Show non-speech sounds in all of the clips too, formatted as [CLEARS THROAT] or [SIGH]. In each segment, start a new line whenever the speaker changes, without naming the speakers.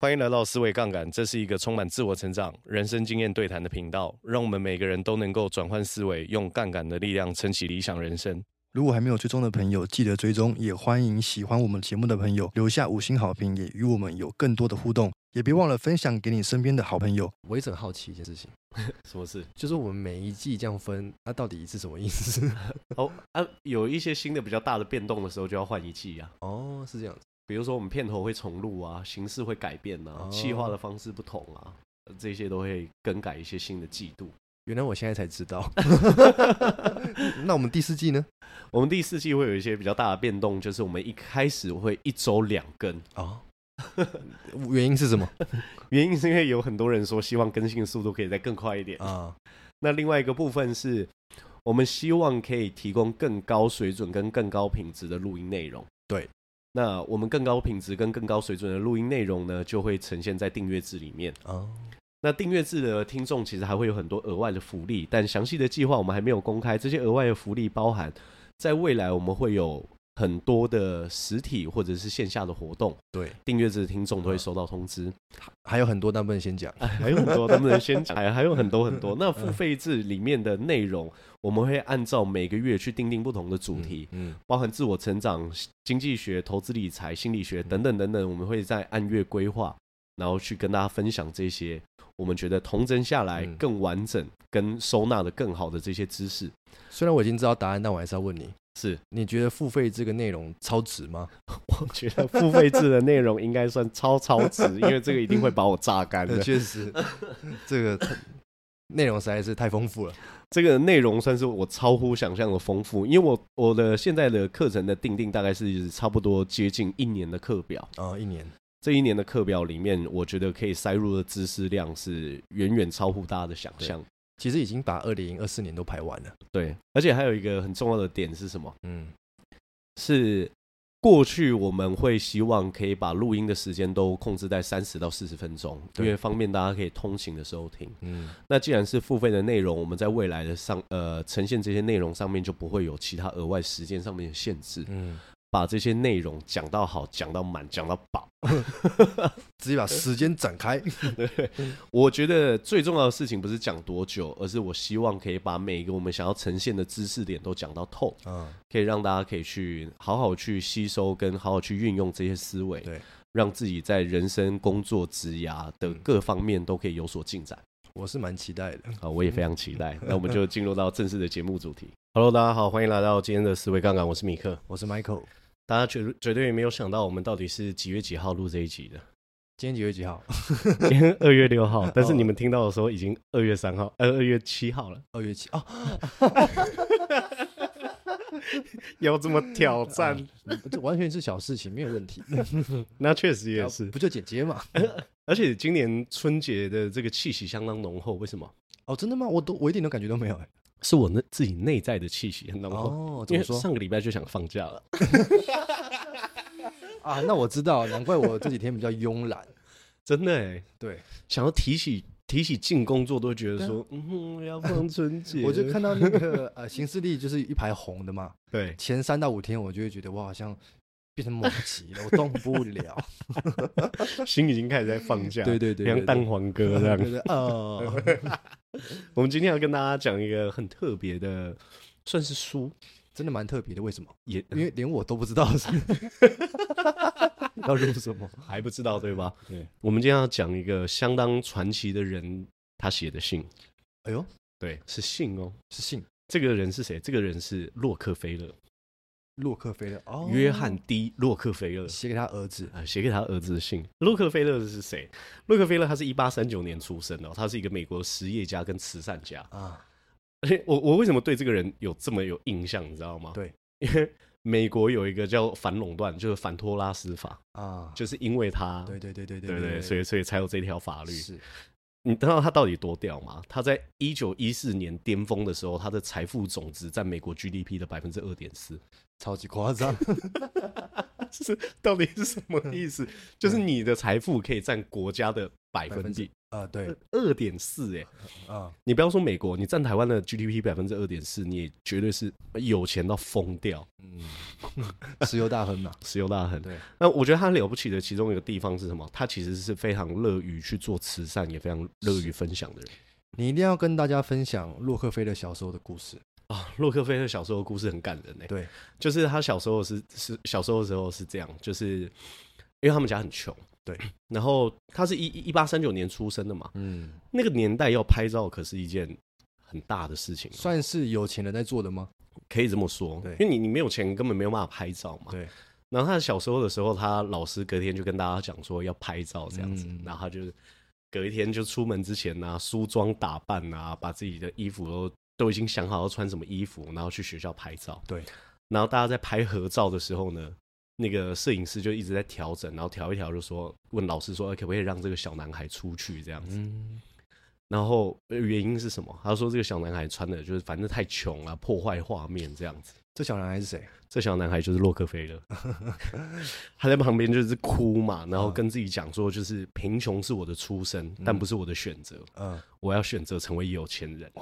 欢迎来到思维杠杆，这是一个充满自我成长、人生经验对谈的频道，让我们每个人都能够转换思维，用杠杆的力量撑起理想人生。
如果还没有追踪的朋友，记得追踪，也欢迎喜欢我们节目的朋友留下五星好评，也与我们有更多的互动，也别忘了分享给你身边的好朋友。
我一直很好奇一件事情，
什么事？
就是我们每一季这样分，它、到底是什么意思？
[LAUGHS]
哦啊，有一些新的比较大的变动的时候，就要换一季啊。
哦，是这样子。
比如说我们片头会重录啊，形式会改变啊，
哦
企划的方式不同啊，呃这些都会更改一些新的季 [LAUGHS] 度。
原来我现
[LAUGHS]
在才知道。那我们第四季呢？
我们第四季会有一些比较大的变动，就是我们一开始会一周两更，
哦，原因是什么
原因是因为有很多人说希望更新速度可以再更快一点。
[LAUGHS] 啊？
那另外一个部分是，我们希望可以提供更高水准跟更高品质的录音内容。
对，
那我们更高品质跟更高水准的录音内容呢，就会呈现在订阅制里面。
哦，
那订阅制的听众其实还会有很多额外的福利，但详细的计划我们还没有公开。这些额外的福利包含，在未来我们会有很多的实体或者是线下的活动，
对，嗯
订阅制的听众都会收到通知。
还有很多，但不能先讲。
哎， [LAUGHS] 还有很多，能不能先讲？哎 [LAUGHS] 还有很多很多。那付费制里面的内容，我们会按照每个月去定定不同的主题，
嗯，嗯，
包含自我成长、经济学、投资理财、心理学等等等等，我们会在按月规划，然后去跟大家分享这些我们觉得同整下来
嗯
更完整、跟收纳的更好的这些知识。
虽然我已经知道答案，但我还是要问你，
[LAUGHS] 是，
你觉得付费这个内容超值吗？
我觉得付费制的内容应该算超超值，因为这个一定会把我榨干
呃
的。
确 [LAUGHS] 实，这个内容实在是太丰富了。
这个内容算是我超乎想象的丰富，因为我我的现在的课程的定定大概是差不多接近一年的课表，
啊、一年
这一年的课表里面，我觉得可以塞入的知识量是远远超乎大家的想象。
其实已经把二零二四年都排完了。
对，而且还有一个很重要的点是什么？
嗯，
是过去我们会希望可以把录音的时间都控制在三十到四十分钟，因
对
为方便大家可以通勤的时候听。
嗯，
那既然是付费的内容，我们在未来的上呃呈现这些内容上面就不会有其他额外时间上面的限制，
嗯，
把这些内容讲到好、讲到满、讲到饱。
直接把时间展 [LAUGHS] 开。
对，我觉得最重要的事情不是讲多久，而是我希望可以把每一个我们想要呈现的知识点都讲到透，
嗯，
可以让大家可以去好好去吸收跟好好去运用这些思维，
对，
让自己在人生、工作、职涯的
嗯
各方面都可以有所进展。
我是蛮期待的。
好，我也非常期待。那我们就进入到正式的节目主题。Hello，大家 [LAUGHS] 好，欢迎来到今天的思维杠杆，我是米克。
我是 Michael，
大家绝绝对没有想到，我们到底是几月几号录这一集的？ [LAUGHS]
今天几月几 [LAUGHS] 号？
今天二月六号，哦但是你们听到的时候已经二月三号，呃，二月七号了。
二月七哦，
要这么挑 [LAUGHS] 战？
这完全是小事情，没有问 [LAUGHS] 题。
哎那确实也是。
[LAUGHS] 不就姐姐嘛？
而且今年春节的这个气息相当浓厚，为什么？
哦，真的吗？我都我一点都感觉都没有哎。
是我那自己内在的气息很浓厚。
哦，怎
因
么
为
说
上个礼拜就想放假了，
啊？那我知道，难怪我这几天比较慵懒。
[LAUGHS] 真的哎，
[LAUGHS] 对，
想要提起提起进工作，都会觉得说，嗯哼，要放 [LAUGHS] 春节。
我就看到那个 [LAUGHS] 呃行事历就是一排红的嘛，
对，
前三到五天我就会觉得我好像变成猛禽了，我动不 [LAUGHS] 了。
心已经开始在放假，
对对对对
像蛋黄哥这样。
对对哦， [LAUGHS]
我们今天要跟大家讲一个很特别的，算是书，
真的蛮特别的。为什么？
也
因为连我都不知道是要录什么。
[LAUGHS] 还不知道对吧？
对，
我们今天要讲一个相当传奇的人，他写的信，
哎呦，
对，是信哦。
是信
这个人是谁？这个人是洛克菲勒，
洛克菲勒哦，
约翰 D. 洛克菲勒。
写给他儿子。
啊，写给他儿子的信。洛克菲勒是谁？洛克菲勒他是一八三九年出生的哦、他是一个美国实业家跟慈善家。
啊，
而且我我为什么对这个人有这么有印象，你知道吗？
对，
因为 [LAUGHS] 美国有一个叫反垄断，就是反托拉斯法，
啊，
就是因为他，
对对对对
对对，所以所以才有这条法律。
是
你知道他到底多屌吗？他在一九一四年巅峰的时候，他的财富总值占美国 GDP 的百分之二点四， [LAUGHS]
超级夸 [LAUGHS] 张， [LAUGHS]
是到底是什么意思？就是你的财富可以占国家的百分比，
啊，对，
二点四哎，
啊，
你不要说美国，你占台湾的 GDP 百分之二点四，你也绝对是有钱到疯掉，
嗯， [LAUGHS] 石油大亨嘛，
石油大亨。
对，
那我觉得他了不起的其中一个地方是什么？他其实是非常乐于去做慈善，也非常乐于分享的人
你一定要跟大家分享洛克菲勒小时候的故事。
啊。洛克菲勒小时候的故事很感人呢、
对，
就是他小时候是是小时候的时候是这样，就是因为他们家很穷，
对，
然后他是一一八三九年出生的嘛，
嗯，
那个年代要拍照可是一件很大的事情，
算是有钱人在做的吗？
可以这么说，
对
因为你你没有钱，根本没有办法拍照嘛。
对，
然后他小时候的时候，他老师隔天就跟大家讲说要拍照这样子，
嗯
然后他就隔一天就出门之前呢、梳妆打扮啊，把自己的衣服都都已经想好要穿什么衣服，然后去学校拍照。
对，
然后大家在拍合照的时候呢，那个摄影师就一直在调整，然后调一调就说问老师说、哎可不可以让这个小男孩出去这样子。
嗯，
然后呃原因是什么？他说这个小男孩穿的就是反正太穷了、破坏画面这样子。
这小男孩是谁？
这小男孩就是洛克菲勒，他在旁边就是哭嘛，然后跟自己讲说，就是贫穷是我的出身，但不是我的选择，
嗯，
我要选择成为有钱人，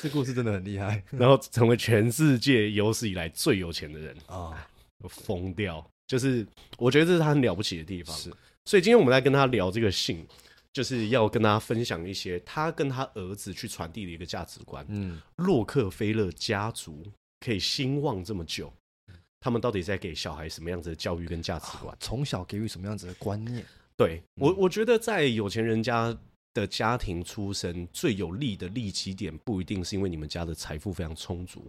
这故事真的很厉害
然后成为全世界有史以来最有钱的人，
啊！
疯掉！就是我觉得这是他很了不起的地方。
是，
所以今天我们来跟他聊这个性，就是要跟大家分享一些他跟他儿子去传递的一个价值观。
嗯，
洛克菲勒家族可以兴旺这么久，他们到底在给小孩什么样子的教育跟价值观？
从小给予什么样子的观念？
对我，我觉得在有钱人家的家庭出身，最有利的利基点，不一定是因为你们家的财富非常充足，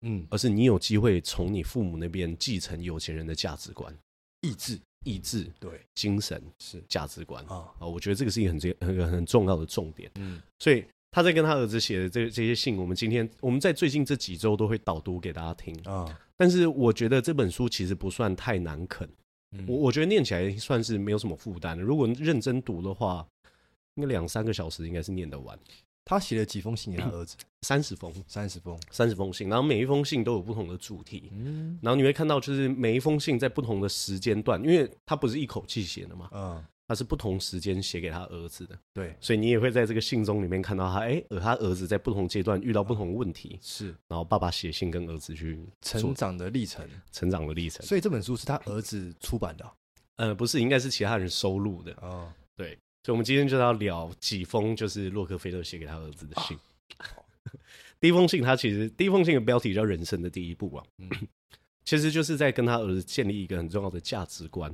嗯，
而是你有机会从你父母那边继承有钱人的价值观、意志、意志、
对，
精神、
是
价值观啊、
啊，
我觉得这个是一个很重很很重要的重点。
嗯，
所以他在跟他儿子写的这这些信，我们今天我们在最近这几周都会导读给大家听。
啊，
但是我觉得这本书其实不算太难啃，
嗯
我我觉得念起来算是没有什么负担。如果认真读的话，应该两三个小时应该是念得完，
他写了几封信给他儿子，
三十封，
三十封。
三十封信，然后每一封信都有不同的主题。
嗯，
然后你会看到，就是每一封信在不同的时间段，因为他不是一口气写的嘛，
啊，
他是不同时间写给他儿子的，
对，
所以你也会在这个信中里面看到他，哎，呃他儿子在不同阶段遇到不同问题，
是
然后爸爸写信跟儿子去
成长的历程。
成长的历程。
所以这本书是他儿子出版的
呃，不是，应该是其他人收录的。
啊。
所以，我们今天就要聊几封就是洛克菲勒写给他儿子的信。 [LAUGHS] 第一封信，他其实第一封信的标题叫“人生的第一步”啊，
嗯
[CLEARS THROAT] 其实就是在跟他儿子建立一个很重要的价值观。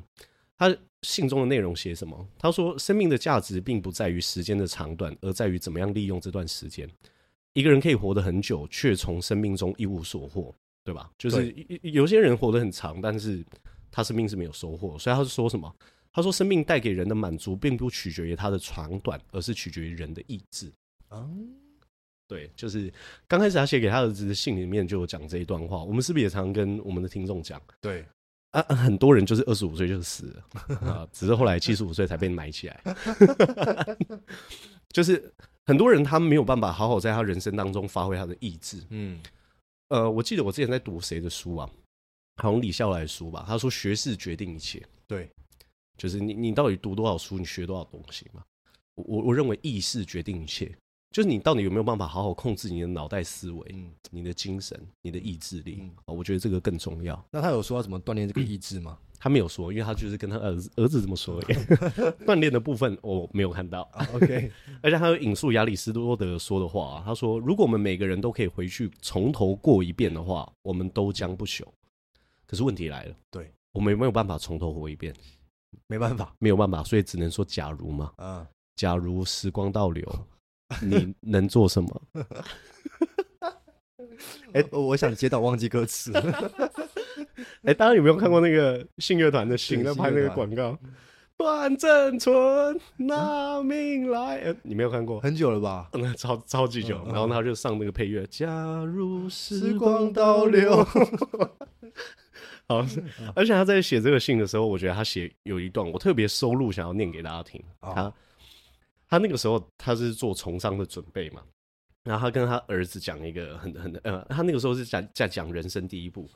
他信中的内容写什么？他说：“生命的价值并不在于时间的长短，而在于怎么样利用这段时间。一个人可以活得很久，却从生命中一无所获，对吧？就是有有些人活得很长，但是他生命是没有收获。所以他是说什么？他说：“生命带给人的满足，并不取决于它的长短，而是取决于人的意志。
啊，”
对，就是刚开始他写给他儿子的信里面就有讲这一段话。我们是不是也常跟我们的听众讲
对，
啊？啊很多人就是二十五岁就死了啊，只是后来七十五岁才被埋起来。 [LAUGHS] 就是很多人他没有办法好好在他人生当中发挥他的意志。
嗯，
呃，我记得我之前在读谁的书啊？好像李笑来的书吧。他说：“学识决定一切。”
对，
就是你你到底读多少书，你学多少东西嘛？我我我认为意识决定一切，就是你到底有没有办法好好控制你的脑袋思维、
嗯。
你的精神、你的意志力
嗯
啊、我觉得这个更重要。
那他有说要怎么锻炼这个意志吗？
他没有说，因为他就是跟他儿子儿子这么说而已。 [LAUGHS] 锻炼的部分我没有看到，
啊，OK， [LAUGHS]
而且他有引述亚里士多德说的话、啊他说：“如果我们每个人都可以回去从头过一遍的话，我们都将不朽。”可是问题来了，
对
我们有没有办法从头活一遍？
没办法
没有办法，所以只能说假如嘛。
啊，
假如时光倒流， [LAUGHS] 你能做什么？
哎、我想接到忘记歌词了，
[LAUGHS] 哎、大家有没有看过那个信乐团的嗯信
对
在拍那个广告？段正淳拿命来，呃你没有看过？ [LAUGHS]
很久了 [LAUGHS] 吧？
那超超级久，然后他就上那个配乐。假如时光倒
倒
流
流，
好，而且他在写这个信的时候，我觉得他写有一段我特别收录，想要念给大家听。
哦
他他那个时候他是做从商的准备嘛，然后他跟他儿子讲一个很很呃，他那个时候是讲在讲人生第一步，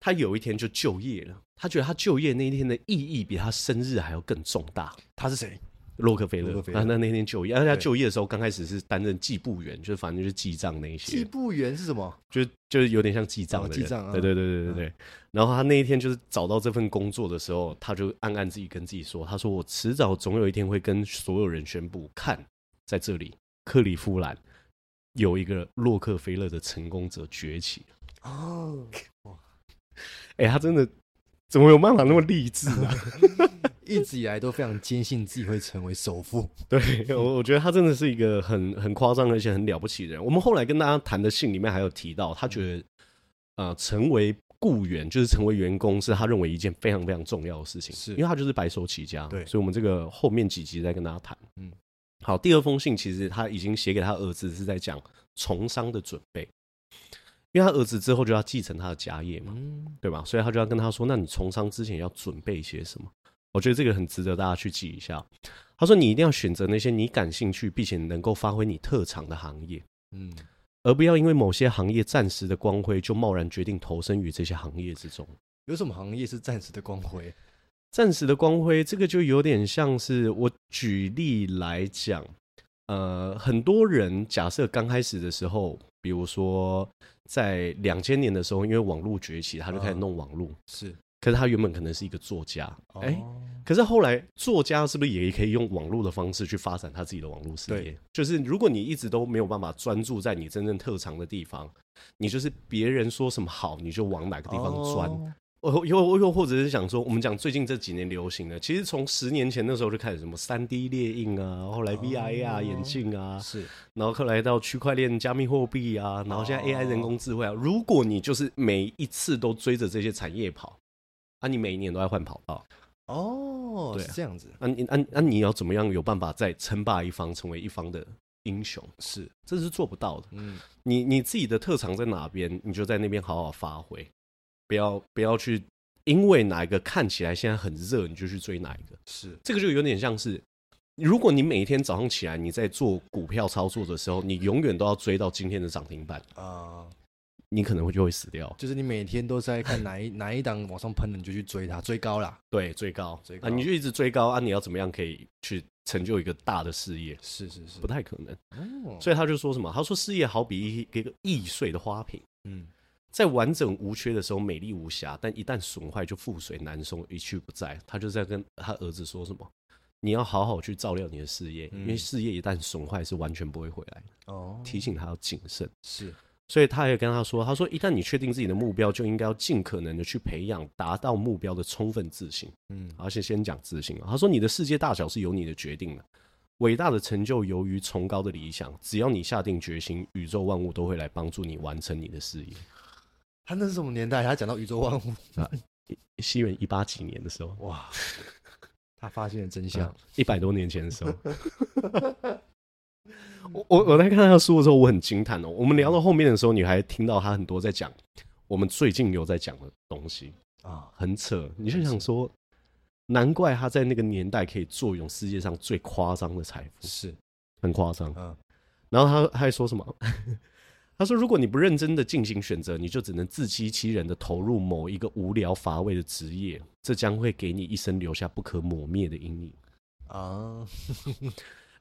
他有一天就就业了，他觉得他就业那一天的意义比他生日还要更重大。
他是 [LAUGHS] 谁？
洛克菲勒
洛克菲
啊，那
勒
那天就业，而且他
对
就业的时候刚开始是担任计步员，就是反正就是记账那一些，
计步员是什么？
就就是有点像记账的
哦
人，
记账啊
对对对对对对。然后他那一天就是找到这份工作的时候，他就暗暗自己跟自己说：“他说我迟早总有一天会跟所有人宣布，看在这里，克利夫兰有一个洛克菲勒的成功者崛起。
哦，
哎，他真的怎么有办法那么励志啊？
一直以来都非常坚信自己会成为首富。
对我，我觉得他真的是一个很很夸张而且很了不起的人。我们后来跟大家谈的信里面还有提到，他觉得呃，成为雇员就是成为员工，是他认为一件非常非常重要的事情，
是
因为他就是白手起家。
对
所以我们这个后面几集再跟大家谈。嗯
嗯，
好，第二封信其实他已经写给他儿子，是在讲从商的准备，因为他儿子之后就要继承他的家业嘛。
嗯，
对吧？所以他就要跟他说，那你从商之前要准备一些什么？我觉得这个很值得大家去记一下。他说，你一定要选择那些你感兴趣并且能够发挥你特长的行业，
嗯，
而不要因为某些行业暂时的光辉就贸然决定投身于这些行业之中。
有什么行业是暂时的光辉？
暂时的光辉，这个就有点像是我举例来讲，呃，很多人假设刚开始的时候，比如说在两千年的时候，因为网络崛起，他就开始
嗯
弄网络，
是，
可是他原本可能是一个作家，哎、
哦
可是后来，作家是不是也可以用网络的方式去发展他自己的网络事业
对？
就是如果你一直都没有办法专注在你真正特长的地方，你就是别人说什么好，你就往哪个地方钻。
哦
哦，又又或者是想说，我们讲最近这几年流行的，其实从十年前那时候就开始什么三 D 列印啊，后
哦
来 VR 啊、眼镜啊，
是
然后后来到区块链、加密货币啊，然后现在 AI
哦
人工智慧啊。如果你就是每一次都追着这些产业跑，啊，你每一年都在换跑道。
哦，
对啊
是这样子，
那你那那你要怎么样有办法再称霸一方，成为一方的英雄？
是，
这是做不到的。
嗯，
你你自己的特长在哪边，你就在那边好好发挥，不要不要去因为哪一个看起来现在很热，你就去追哪一个。
是
这个就有点像是，如果你每天早上起来你在做股票操作的时候，你永远都要追到今天的涨停板，
啊、
你可能会就会死掉。
就是你每天都在看
[LAUGHS]
哪一哪一档往上喷的，你就去追它，追高啦。
对，追高，
追
啊，
高
你就一直追高啊！你要怎么样可以去成就一个大的事业？
是是是
不，太可能。
哦，
所以他就说什么？他说事业好比一一个易碎的花瓶，
嗯，
在完整无缺的时候美丽无瑕，但一旦损坏就覆水难收，一去不再。他就在跟他儿子说什么？你要好好去照料你的事业，
嗯
因为事业一旦损坏是完全不会回来的。
哦，
提醒他要谨慎。
是
所以他也跟他说，他说一旦你确定自己的目标，就应该要尽可能的去培养达到目标的充分自信。
嗯，
而且先讲自信啊，他说你的世界大小是由你的决定的，伟大的成就由于崇高的理想，只要你下定决心，宇宙万物都会来帮助你完成你的事业。
他那是什么年代？他讲到宇
[LAUGHS]
宙万物，
西元一八几年的时候，
哇，他发现了真相
像。一百多年前的时候。 [LAUGHS] 我我我在看他的书的时候，我很惊叹哦。我们聊到后面的时候，你还听到他很多在讲我们最近有在讲的东西，
啊，
很扯。你就想说，难怪他在那个年代可以坐拥世界上最夸张的财富，
是，
很夸张。
嗯，
然后他他还说什么？ [LAUGHS] 他说：“如果你不认真的进行选择，你就只能自欺欺人的投入某一个无聊乏味的职业，这将会给你一生留下不可磨灭的阴影。 [LAUGHS]
啊，”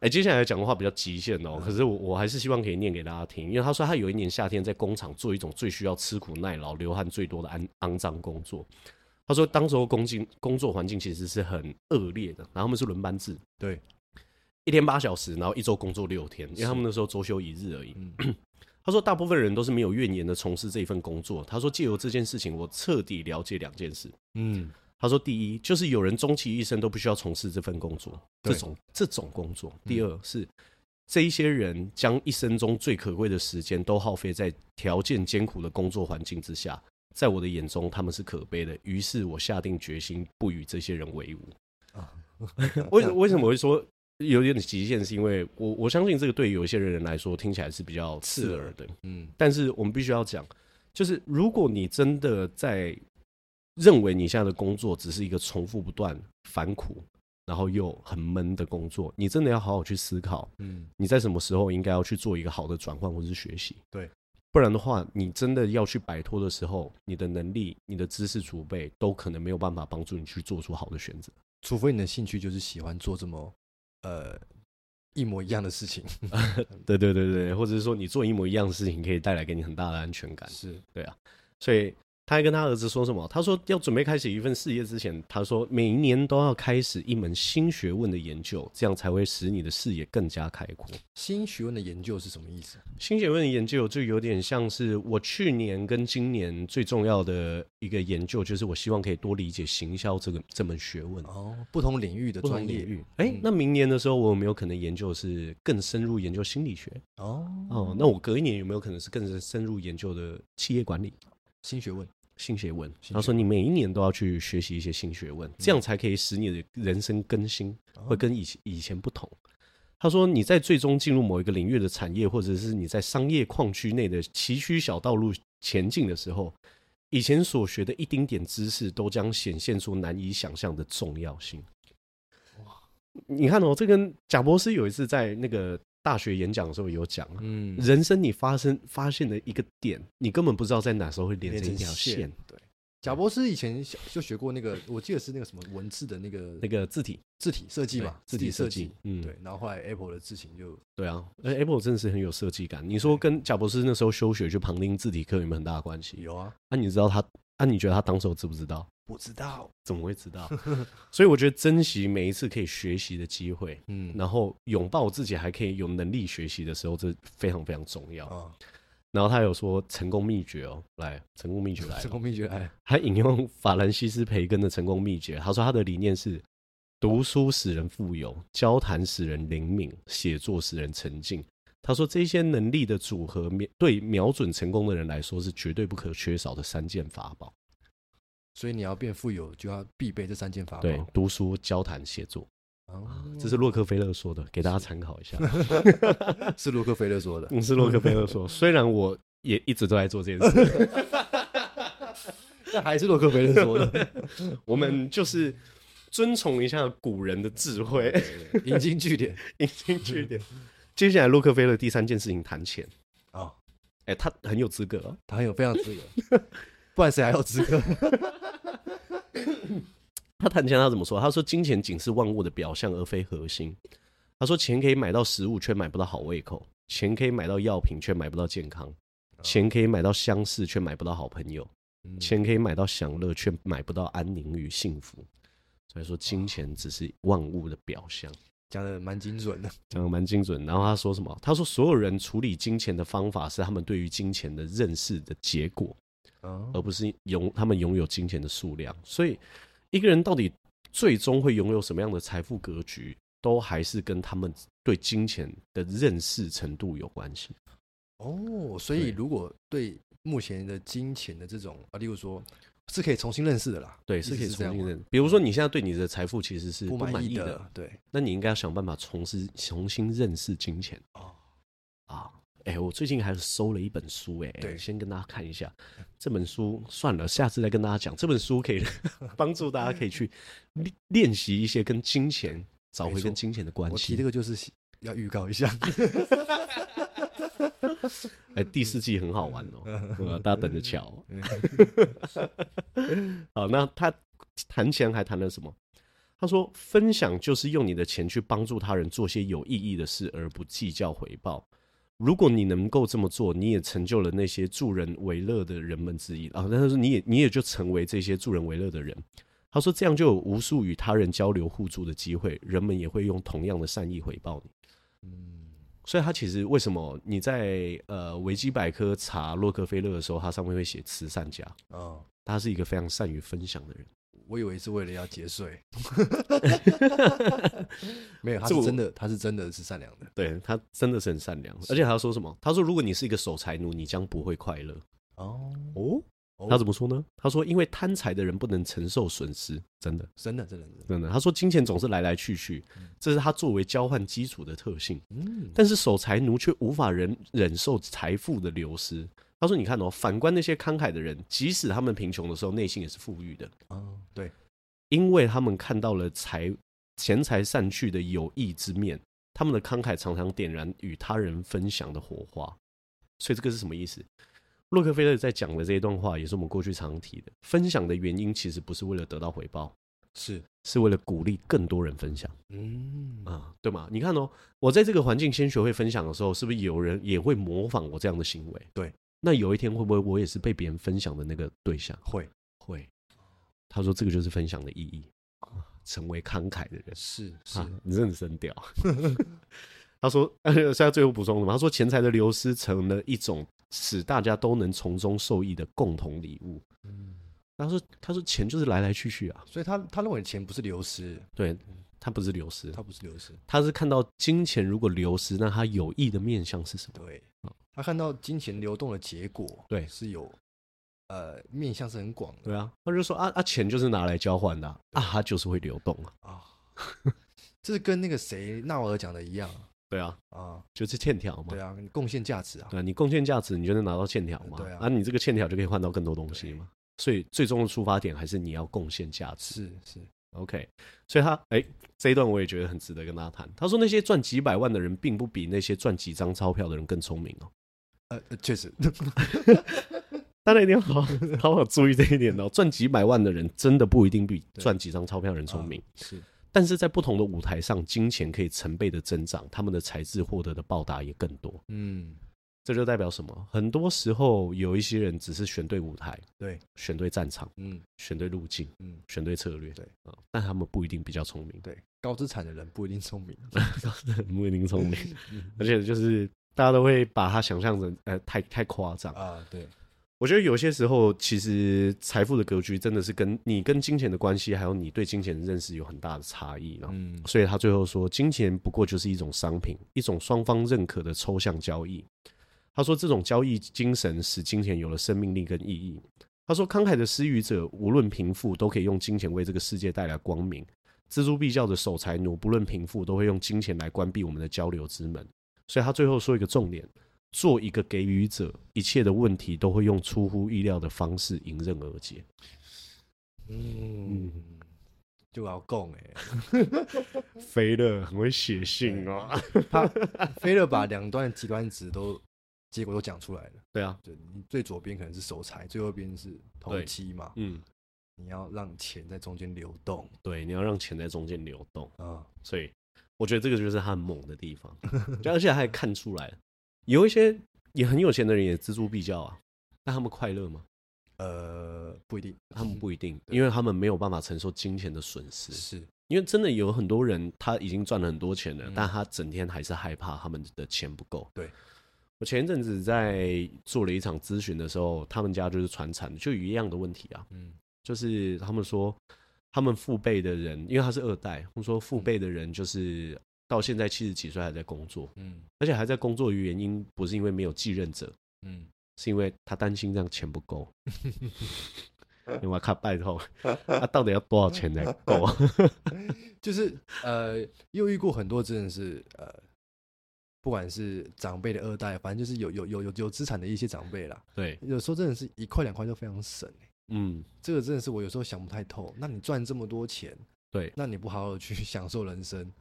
哎，接下来讲的话比较极限哦，可是我我还是希望可以念给大家听，因为他说他有一年夏天在工厂做一种最需要吃苦耐劳、流汗最多的肮肮脏工作。他说，当时候工进工作环境其实是很恶劣的，然后他们是轮班制，
对，
一天八小时，然后一周工作六天，因为
是
他们那时候周休一日而已。
嗯，
[CLEARS THROAT] 他说，大部分人都是没有怨言的从事这一份工作。他说，借由这件事情，我彻底了解两件事。
嗯，
他说，第一，就是有人终其一生都不需要从事这份工作，这
对
种这种工作；第二是，这一些人将一生中最可贵的时间都耗费在条件艰苦的工作环境之下。在我的眼中，他们是可悲的。于是我下定决心，不与这些人为伍。啊为什为什么会说有点极限？是因为我我相信这个对有一些人来说听起来是比较刺耳的，
嗯，
但是我们必须要讲，就是如果你真的在认为你现在的工作只是一个重复不断、反苦，然后又很闷的工作，你真的要好好去思考，
嗯，
你在什么时候应该要去做一个好的转换或是学习。
对，
不然的话，你真的要去摆脱的时候，你的能力、你的知识储备都可能没有办法帮助你去做出好的选择。
除非你的兴趣就是喜欢做这么呃一模一样
[LAUGHS]
的事情，
对对对对，或者是说你做一模一样的事情，可以带来给你很大的安全感。
是
对啊，所以他还跟他儿子说什么？他说要准备开始一份事业之前，他说每一年都要开始一门新学问的研究，这样才会使你的视野更加开阔。
新学问的研究是什么意思？
新学问的研究就有点像是我去年跟今年最重要的一个研究，就是我希望可以多理解行销这个这门学问。
哦，不同领域的
不同
专
领
业
域，哎、那明年的时候，我有没有可能研究是更深入研究心理学？
哦，
哦，那我隔一年有没有可能是更深入研究的企业管理？
新学问
新学问，
新
他
学
说你每一年都要去学习一些新学问，这样才可以使你的人生更新，会跟以前以前不同。他说你在最终进入某一个领域的产业，或者是你在商业矿区内的崎岖小道路前进的时候，以前所学的一丁点知识都将显现出难以想象的重要性。你看哦，这跟贾博士有一次在那个大学演讲的时候有讲啊，
嗯
人生你发生发现的一个点，你根本不知道在哪时候会连
连
成一
成
条线
线。对。贾博士以前小就学过那个，我记得是那个什么文字的那个
那个字体
字体设计
对
嘛，
字体设计嗯
对。然后后来 Apple 的事情就
对啊，而 Apple 真的是很有设计感。你说跟贾博士那时候休学去旁听字体课有没有很大的关系？
有啊，
啊，你知道他啊？你觉得他当时候知不知道？
不知道，
怎么会知道？所以我觉得珍惜每一次可以学习的机会，
嗯，
然后拥抱自己还可以有能力学习的时候，这非常非常重要。
啊，
然后他有说成功秘诀哦，来，成功秘
[LAUGHS]
诀来
成
了。
功秘诀，哎，
他引用法兰西斯培根的成功秘诀，他说他的理念是：读书使人富有，交谈使人灵敏，写作使人沉静。他说这些能力的组合，瞄对瞄准成功的人来说是绝对不可缺少的三件法宝。
所以你要变富有，就要必备这三件法宝。
对，啊读书、交谈、写作，
哦，
这是洛克菲勒说的，给大家参考一
[LAUGHS]
下。
是洛克菲勒说的。
[LAUGHS] 我是洛克菲勒说，虽然我也一直都在做这件
[LAUGHS]
事，
那还是洛克菲勒说的，
我们就是遵从一下古人的智慧。 [LAUGHS]
引经据典
引经据典。接下来，洛克菲勒第三件事情谈钱，
啊，
哎、他很有资格哦、
他很有非常
[LAUGHS]
资格，不然谁还有资格？
他谈钱他怎么说？他说：“金钱仅是万物的表象，而非核心。”他说：“钱可以买到食物，却买不到好胃口；钱可以买到药品，却买不到健康；钱可以买到相识，却买不到好朋友；
嗯
钱可以买到享乐，却买不到安宁与幸福。”所以说，金钱只是万物的表象。
讲的蛮精准的，
讲的蛮精准。然后他说什么？他说所有人处理金钱的方法是他们对于金钱的认识的结果，
哦
而不是拥他们拥有金钱的数量。所以，一个人到底最终会拥有什么样的财富格局，都还是跟他们对金钱的认识程度有关系。
哦，所以
对
如果对目前的金钱的这种啊，例如说，是可以重新认识的啦，
对，
意思
是可以
这样
重新
吗
认。比如说，你现在对你的财富其实是
不
不
满
满
意
意
的，
的，
对，
那你应该要想办法重新重新认识金钱。
哦，
啊，哎、我最近还收了一本书、哎，
对
先跟大家看一下这本书。算了，下次再跟大家讲。这本书可以 [LAUGHS] 帮助大家可以去练练习一些跟金钱找
没
回
错
跟金钱的关
我提
系
这。个就是要预告
[LAUGHS]
一下，
哎、第四季很好玩哦，呃大家等着瞧。好，那他谈钱还谈了什么？他说：“分享就是用你的钱去帮助他人做些有意义的事，而不计较回报。如果你能够这么做，你也成就了那些助人为乐的人们之一啊。但是你也你也就成为这些助人为乐的人。”他说：“这样就有无数与他人交流互助的机会，人们也会用同样的善意回报你。”
嗯，
所以他其实为什么你在呃维基百科查洛克菲勒的时候，他上面会写慈善家，
哦，
他是一个非常善于分享的人。
我以为是为了要节
[LAUGHS]
税，没有，他是真的，他是真的是善良的，
对他真的是很善良，而且他说什么？他说如果你是一个守财奴，你将不会快乐。
哦，
哦，他怎么说呢？他说因为贪财的人不能承受损失，真的
真的真的真的，
真的。他说金钱总是来来去去，这是他作为交换基础的特性。
嗯，
但是守财奴却无法忍忍受财富的流失。他说：“你看哦，反观那些慷慨的人，即使他们贫穷的时候，内心也是富裕的。
哦，对，
因为他们看到了财钱财散去的有益之面，他们的慷慨常常点燃与他人分享的火花。所以这个是什么意思？洛克菲勒在讲的这一段话，也是我们过去常提的。分享的原因其实不是为了得到回报，
是，
是为了鼓励更多人分享
嗯
啊、对吗？你看哦，我在这个环境先学会分享的时候，是不是有人也会模仿我这样的行为？
对，
那有一天会不会我也是被别人分享的那个对象？
会
会。他说这个就是分享的意义，啊成为慷慨的人。
是哦是
啊，你真的很
[LAUGHS]
屌。他说，呃现在最后补充什么？他说，钱财的流失成了一种使大家都能从中受益的共同礼物。
嗯
他说，他说钱就是来来去去啊，
所以他他认为钱不是流失，
对，它不是流失，
嗯他不是流失，
他是看到金钱如果流失，那它有益的面向是什么？
对
嗯，
他看到金钱流动的结果，
对
是有呃面向是很广的
对啊，他就说啊啊，钱就是拿来交换的啊，啊它就是会流动啊，
啊， [LAUGHS] 这是跟那个谁纳瓦尔讲的一样
对啊，
啊，
就是欠条嘛
对。啊，贡献价值啊，
对啊，你贡献价值，你就能拿到欠条嘛。
对啊
你这个欠条就可以换到更多东西嘛。所以最终的出发点还是你要贡献价值。
是是，
OK，所以他哎、这一段我也觉得很值得跟大家谈。他说那些赚几百万的人，并不比那些赚几张钞票的人更聪明哦。
呃，呃确实，
大家一定要
[LAUGHS]
好好好好注意这一点哦。赚几百万的人真的不一定比赚几张钞票的 [LAUGHS] 人聪
嗯
明，
啊是
但是在不同的舞台上，金钱可以成倍的增长，他们的才智获得的报答也更多。
嗯，
这就代表什么？很多时候有一些人只是选对舞台，
对，
选对战场，
嗯
选对路径，
嗯，
选对策略，
对
啊、但他们不一定比较聪明。 [LAUGHS]
对，高资产的人不一定聪明，
不一定聪 [LAUGHS] 明，而且就是大家都会把它想象成呃太太夸张。
啊，对，
我觉得有些时候，其实财富的格局真的是跟你跟金钱的关系，还有你对金钱的认识有很大的差异啦。
嗯
所以他最后说，金钱不过就是一种商品，一种双方认可的抽象交易。他说，这种交易精神使金钱有了生命力跟意义。他说，慷慨的施予者无论贫富，都可以用金钱为这个世界带来光明；锱铢必较的守财奴，不论贫富，都会用金钱来关闭我们的交流之门。所以他最后说一个重点：做一个给予者，一切的问题都会用出乎意料的方式迎刃而解。
嗯，就要供哎，
嗯肥了，很会写信哦。 [LAUGHS]
菲勒把两端的极端值都结果都讲出来了。
对啊，
就你最左边可能是守财，最右边是投
对
机嘛，
嗯，
你要让钱在中间流动
对，你要让钱在中间流动。
啊，
所以我觉得这个就是他很猛的地方，就而且还看出来了，有一些也很有钱的人也锱铢必较啊，但他们快乐吗？
呃，不一定，
他们不一
[LAUGHS]
定，因为他们没有办法承受金钱的损失。
是
因为真的有很多人他已经赚了很多钱了，
嗯
但他整天还是害怕他们的钱不够。
对，
我前一阵子在做了一场咨询的时候，他们家就是传产，就有一样的问题啊，
嗯
就是他们说他们父辈的人，因为他是二代，他们说父辈的人就是到现在七十几岁还在工作，
嗯
而且还在工作的原因不是因为没有继任者，
嗯，
是因为他担心这样钱不够。另外看拜托，啊，到底要多少钱才够 [LAUGHS] 啊？
就是呃，又遇过很多真的是呃，不管是长辈的二代，反正就是有有有有有资产的一些长辈啦，
对，
有时候真的是一块两块就非常省、欸，
嗯，
这个真的是我有时候想不太透。那你赚这么多钱，
对
那你不好好地去享受人生，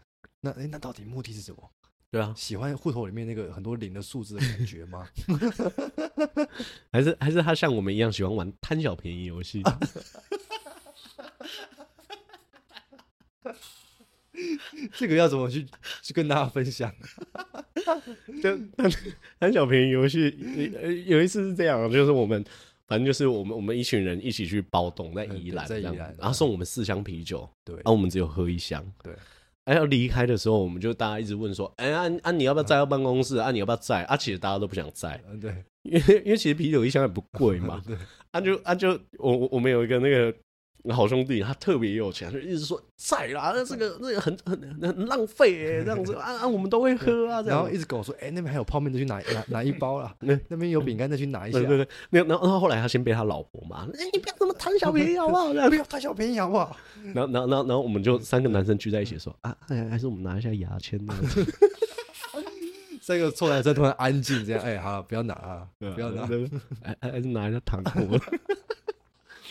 那哎，那到底目的是什么？
对啊，
喜欢户头里面那个很多零的数字的感觉 [LAUGHS] 吗？
还是还是他像我们一样喜欢玩贪小便宜游戏，
这个要怎么去去跟大家分享？
就贪贪小便宜游戏。呃有一次是这样啊，就是我们反正就是我们我们一群人一起去包栋在宜兰
嗯对
这
在
样
宜
子
兰，
然后送我们四箱啤酒，
对
然后我们只有喝一箱。
对，
哎，要离开的时候，我们就大家一直问说，哎，啊啊，你要不要载到办公室？啊，你要不要载？啊，其实大家都不想
[LAUGHS]
载，
嗯对，
因为因为其实啤酒一箱也不贵
[LAUGHS]
嘛。啊就啊就我我我们有一个那个好兄弟，他特别有钱，就一直说在啦，那这个那个很很很浪费耶、这样子啊啊，我们都会喝啊，这
然
样
后一直跟我说，哎，那边还有泡面，再去拿 [LAUGHS] 拿拿一包啦。
那
那边有饼干，再去拿一下
对。对对，那然后然后后来他先被他老婆骂，哎、你不要这么贪小便宜好不 [LAUGHS] 好？这样
哎不要贪小便宜好不好？
然后然后然后然后我们就三个男生聚在一起说啊，哎还是我们拿一下牙签啊 [LAUGHS] 呢。
这个臭男生突然安静，这样，哎，好了，不要拿啊，不
[LAUGHS]
要 [LAUGHS] 拿。
对，还哎还还是拿一下糖果。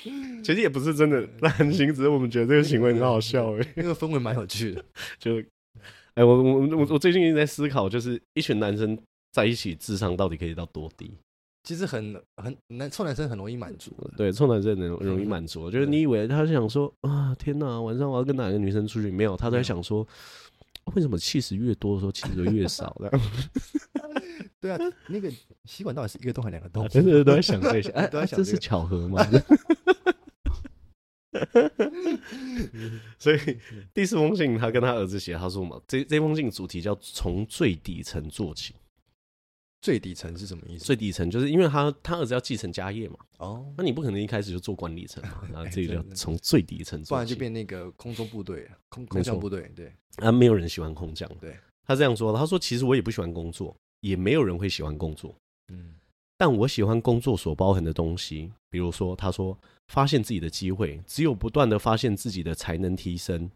[LAUGHS] 其实也不是真的担心，只是我们觉得这个行为很好笑 [LAUGHS] 而已。
那个氛围蛮有趣的。
就，哎、我我我我最近一直在思考，就是一群男生在一起智商到底可以到多低？
其实很很男臭男生很容易满足的，
对，嗯臭男生很容易满足，啊就是你以为他是想说啊，天哪，晚上我要跟哪个女生出去？没有，他都在想说，啊为什么气势越多的时候气势就越少？ [LAUGHS] 这样
对啊，那个吸管到底是一个洞还是两个洞？
真的都在想 [LAUGHS] 这些，哎，
都在想
这
这
是
个
巧合吗？ [LAUGHS] 所以第四封信，他跟他儿子写，他说嘛，这这封信主题叫从最底层做起。
最底层是什么意思？
最底层就是因为他他儿子要继承家业嘛，
哦，
那你不可能一开始就做管理层嘛，然后这个
对
叫
对对
从最底层做起，
不然就变那个空中部队、啊空空降
错
部队，对
啊，没有人喜欢空降。
对，
他这样说的，他说其实我也不喜欢工作，也没有人会喜欢工作，
嗯，
但我喜欢工作所包含的东西，比如说他说发现自己的机会，只有不断的发现自己的才能提升，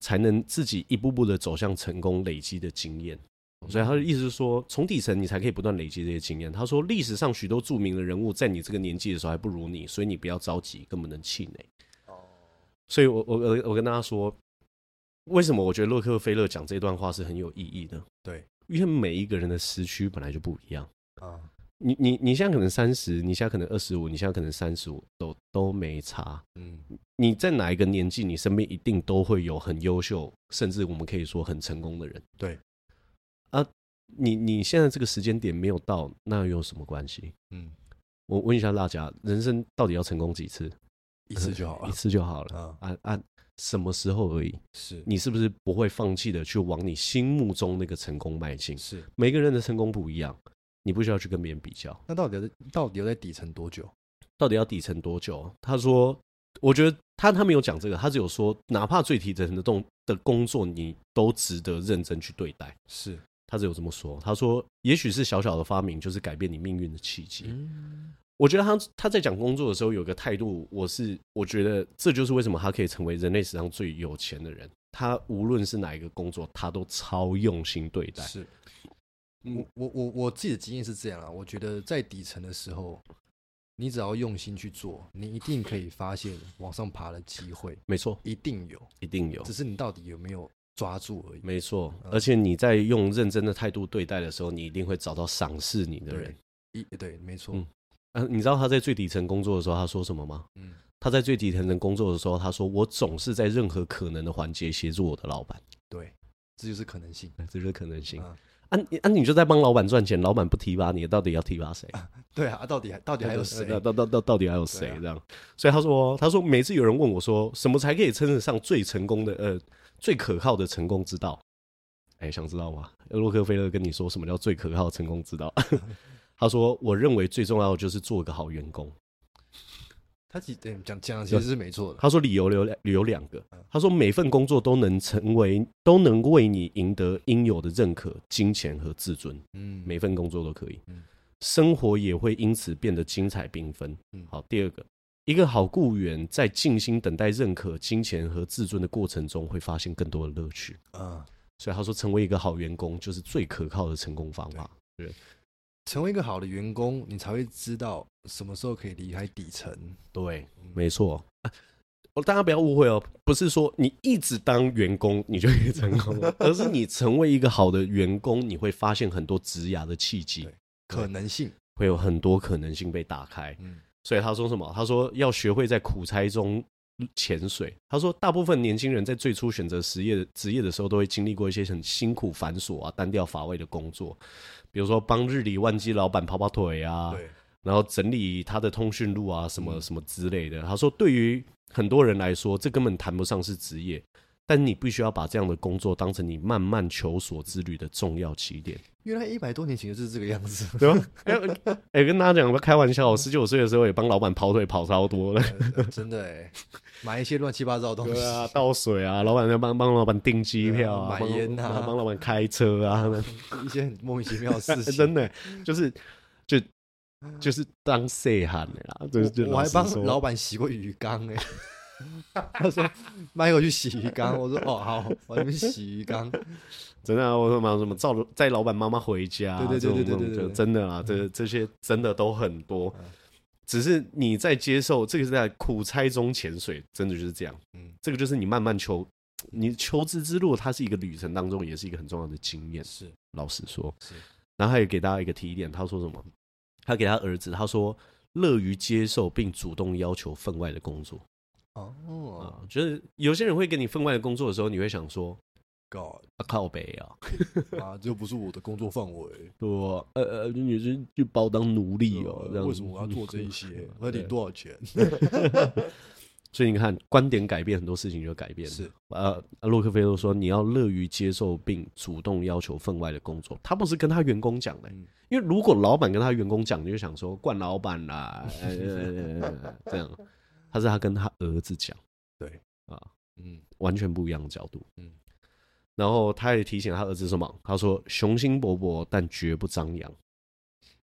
才能自己一步步的走向成功，累积的经验。
嗯
所以他的意思是说，从底层你才可以不断累积这些经验。他说，历史上许多著名的人物在你这个年纪的时候还不如你，所以你不要着急，更不能气馁。
哦
所以我我我我跟大家说，为什么我觉得洛克菲勒讲这段话是很有意义的？
对，
因为每一个人的时区本来就不一样。
啊，
你你你现在可能三十，你现在可能二十五，你现在可能三十五，都都没差。
嗯，
你在哪一个年纪，你身边一定都会有很优秀，甚至我们可以说很成功的人。
对，
啊，你你现在这个时间点没有到，那又有什么关系？
嗯，
我问一下大家，人生到底要成功几次？
一次就好
一
了，
次就好了。
啊，
啊啊，什么时候而已？
是
你是不是不会放弃的去往你心目中那个成功迈进？
是，
每个人的成功不一样，你不需要去跟别人比较。
那到底要在到底要在底层多久？
到底要底层多久？啊他说，我觉得他他没有讲这个，他只有说，哪怕最底层的动的工作，你都值得认真去对待。
是，
他只有这么说。他说，也许是小小的发明，就是改变你命运的契机。
嗯，
我觉得他他在讲工作的时候有个态度，我是我觉得这就是为什么他可以成为人类史上最有钱的人。他无论是哪一个工作，他都超用心对待。
是。
嗯
我我我我自己的经验是这样啊，我觉得在底层的时候，你只要用心去做，你一定可以发现往上爬的机会，
没错，
一定有，
一定有
只。是你到底有没有抓住而已。
没错，而且你在用认真的态度对待的时候，你一定会找到赏识你的人
对。，一对，没错，
嗯嗯、你知道他在最底层工作的时候，他说什么吗？
嗯
他在最底层工作的时候，他说：“我总是在任何可能的环节协助我的老板，
对，这就是可能性。
哎这就是可能性。
啊
啊，你啊，你就在帮老板赚钱，老板不提拔你，到底要提拔谁？
对啊，到底还到底还有谁？
到到到到到底还有谁
对啊？
这样，所以他说，他说每次有人问我说，什么才可以称得上最成功的呃最可靠的成功之道？哎，想知道吗？洛克菲勒跟你说什么叫最可靠的成功之道？ [LAUGHS] 他说，我认为最重要的就是做个好员工。
他其实对讲讲的其实是没错的。
他说理由有两有两个，
嗯
他说每份工作都能成为都能为你赢得应有的认可、金钱和自尊，
嗯，
每份工作都可以
嗯，
生活也会因此变得精彩缤纷
嗯。
好，第二个，一个好雇员在静心等待认可、金钱和自尊的过程中，会发现更多的乐趣。
啊，
所以他说，成为一个好员工就是最可靠的成功方法。
成为一个好的员工，你才会知道什么时候可以离开底层。
对，
嗯
没错。啊哦，大家不要误会哦，不是说你一直当员工你就可以成功
[LAUGHS]
了，而是你成为一个好的员工，你会发现很多职涯的契机
对，可能性，
会有很多可能性被打开。
嗯，
所以他说什么？他说要学会在苦差中潜水。他说，大部分年轻人在最初选择职业的职业的时候，都会经历过一些很辛苦、繁琐啊、单调乏味的工作，比如说帮日理万机老板跑跑腿啊，
对，
然后整理他的通讯录啊，什么
嗯
什么之类的。他说，对于很多人来说，这根本谈不上是职业，但你必须要把这样的工作当成你慢慢求索之旅的重要起点，
原来一百多年前就是这个样子。
对吧？ [LAUGHS] 哎、哎跟大家讲，不要开玩笑，我十九岁的时候也帮老板跑腿跑超多了。
呃 [LAUGHS] 真的哎，买一些乱七八糟的东西
对啊，倒水啊，老板在帮帮老板订机票啊，
对啊买烟啊
帮帮老板开车啊，
[LAUGHS]
他们
一些很莫名其妙
[LAUGHS]
的事情。
真的就是就就是当岁寒的啦，就是就
我，我还
老实
帮
说
老板洗过鱼缸哎、 [LAUGHS] 他说卖我去洗鱼缸，我说哦好，我那边洗鱼缸。
真的、啊，我说嘛什么照载老板妈妈回家啊，
对对对
这种
对对对
这种
对嗯
真的啊，这这些真的都很多，只是你在接受这个是在苦差中潜水，真的就是这样，嗯
嗯，
这个就是你慢慢求。你求职之路，它是一个旅程当中，也是一个很重要的经验。
是
老实说
是，
然后他也给大家一个提点，他说什么？他给他儿子，他说乐于接受并主动要求分外的工作啊
哦，
就是有些人会给你分外的工作的时候，你会想说
，God
啊靠北啊，
啊，这又不是我的工作范
[LAUGHS]
围，
对吧？呃呃，女生就把我当奴隶哦，这
呃
样
为什么我要做这一
[LAUGHS]
些？我要
对
领多少钱？
所以你看，观点改变，很多事情就改变了。
是
呃，洛克菲勒说，你要乐于接受并主动要求分外的工作。他不是跟他员工讲的、
嗯
因为如果老板跟他员工讲，你就想说惯老板啦、
[LAUGHS]
呃 [LAUGHS] 这样。他是他跟他儿子讲，
对
啊，
嗯，
完全不一样的角度。
嗯
然后他也提醒他儿子什么？他说：“雄心勃勃，但绝不张扬。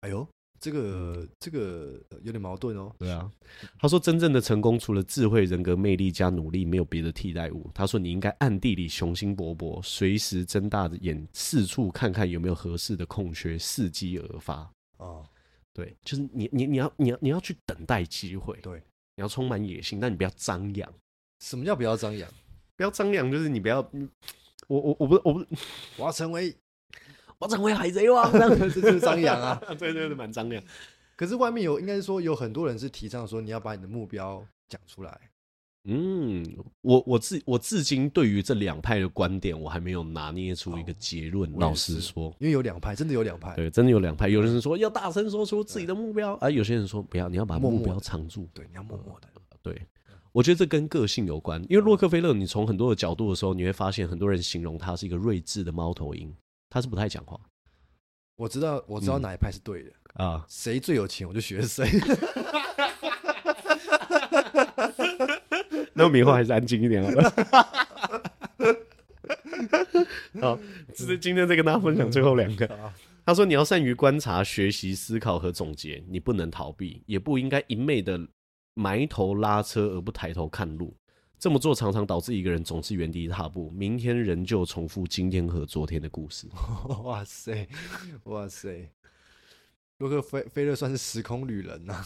哎呦，这个这个呃有点矛盾哦”。
嗯对啊，他说：“真正的成功除了智慧、人格魅力加努力，没有别的替代物。”他说：“你应该暗地里雄心勃勃，随时睁大着眼，四处看看有没有合适的空缺，伺机而发。
啊，”
对，就是你你你要你要你要去等待机会，
对，
你要充满野心，但你不要张扬，
什么叫不要张扬？
不要张扬，就是你不要，嗯我我我不我不
我要成为，
我成为海贼王，这样
[LAUGHS] 这就是张扬啊。
对对对，蛮张扬。
可是外面有，应该是说有很多人是提倡说你要把你的目标讲出来。
嗯，我我至我至今对于这两派的观点，我还没有拿捏出一个结论。
哦我也
老实
是嗯
说，
因为有两派，真的有两派。
对，真的有两派，有人说要大声说出自己的目标，啊而、有些人说不要，你要把
默
目
默
标
地
藏住。
对，你要默默的。
对，我觉得这跟个性有关，因为洛克菲勒，你从很多的角度的时候，你会发现很多人形容他是一个睿智的猫头鹰，他是不太讲话
我知道，我知道
嗯
哪一派是对的，
啊。
谁最有钱我就学谁。 [LAUGHS]
那我们以后还是安静一点好 [LAUGHS] 了。好，这是今天再跟大家分享最后两个。他说：“你要善于观察、学习、思考和总结，你不能逃避，也不应该一昧的埋头拉车而不抬头看路。这么做常常导致一个人总是原地踏步，明天仍旧重复今天和昨天的故事。
哇塞，哇塞，洛克菲菲勒算是时空旅人呐、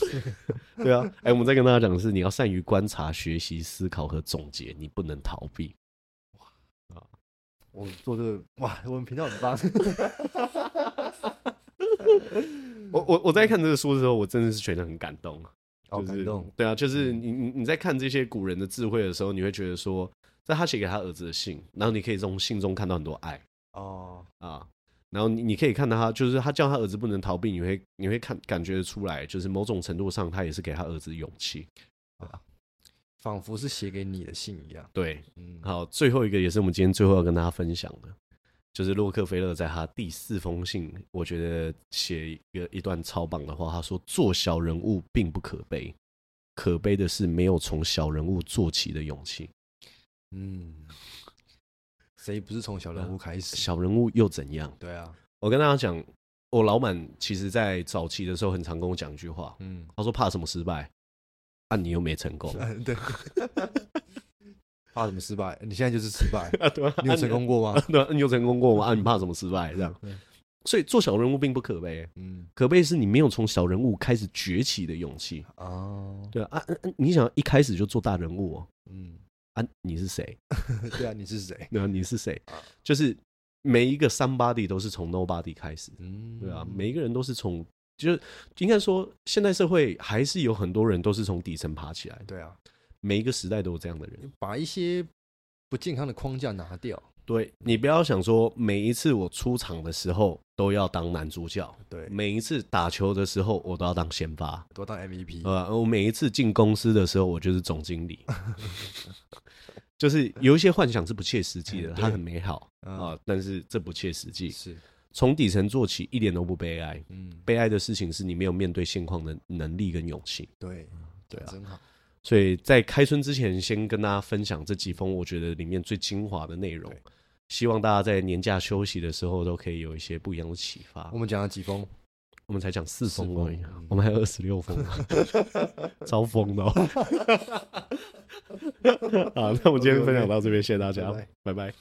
对啊，哎、我们再跟大家讲的是，你要善于观察、学习、思考和总结，你不能逃避。
[LAUGHS] 我做这个，哇，我们频道
[LAUGHS]
很棒。
我我我在看这个书的时候，我真的是觉得很感动。
好
就是
感动，嗯
对啊，就是你你你在看这些古人的智慧的时候，你会觉得说，在他写给他儿子的信，然后你可以从信中看到很多爱
哦，
啊，然后你你可以看到他，就是他叫他儿子不能逃避，你会你会看感觉得出来，就是某种程度上他也是给他儿子勇气。
仿佛是写给你的信一样。
对，
嗯，
好，最后一个也是我们今天最后要跟大家分享的，就是洛克菲勒在他第四封信，我觉得写一个一段超棒的话，他说：“做小人物并不可悲，可悲的是没有从小人物做起的勇气。”
嗯，谁不是从小人物开始？
小人物又怎样？
对啊，
我跟大家讲，我老板其实在早期的时候很常跟我讲一句话，
嗯，
他说怕什么失败？啊， [LAUGHS] 你又没成功
对。 [LAUGHS] 怕什么失败？你现在就是失败。
[LAUGHS] 啊？对啊
你有成？功过
啊
吗？
你对啊， [LAUGHS] 你有成功过吗？啊，你怕什么失败？这样，所以做小人物并不可悲， [LAUGHS]
嗯，
可悲是你没有从小人物开始崛起的勇气。
哦，
对啊，啊，啊你想一开始就做大人物哦？
嗯， [LAUGHS]
啊，你是谁？
对啊，你是谁？
对啊，你是谁？就是每一个 somebody 都是从 nobody 开始的。
嗯，
对啊，每一个人都是从，就是应该说，现代社会还是有很多人都是从底层爬起来的，
对啊，
每一个时代都有这样的人。
把一些不健康的框架拿掉。
对你不要想说，每一次我出场的时候都要当男主角，
对，
每一次打球的时候我都要当先发，
多当 MVP。
呃，我每一次进公司的时候我就是总经
[LAUGHS]
理。就是有一些幻想是不切实际的，
嗯对
它很美好
嗯
啊、但是这不切实际。
是，
从底层做起，一点都不悲哀。
嗯，
悲哀的事情是你没有面对现况的能力跟勇气。
对，
对啊
真好。
所以在开春之前，先跟大家分享这几封我觉得里面最精华的内容
对，
希望大家在年假休息的时候都可以有一些不一样的启发
我。们讲了几封，
我们才讲四封而已
四封嗯，
我们还有二十六封，啊超疯的、哦。好，那我们今天分享到这边，谢谢大家
拜拜，
拜拜。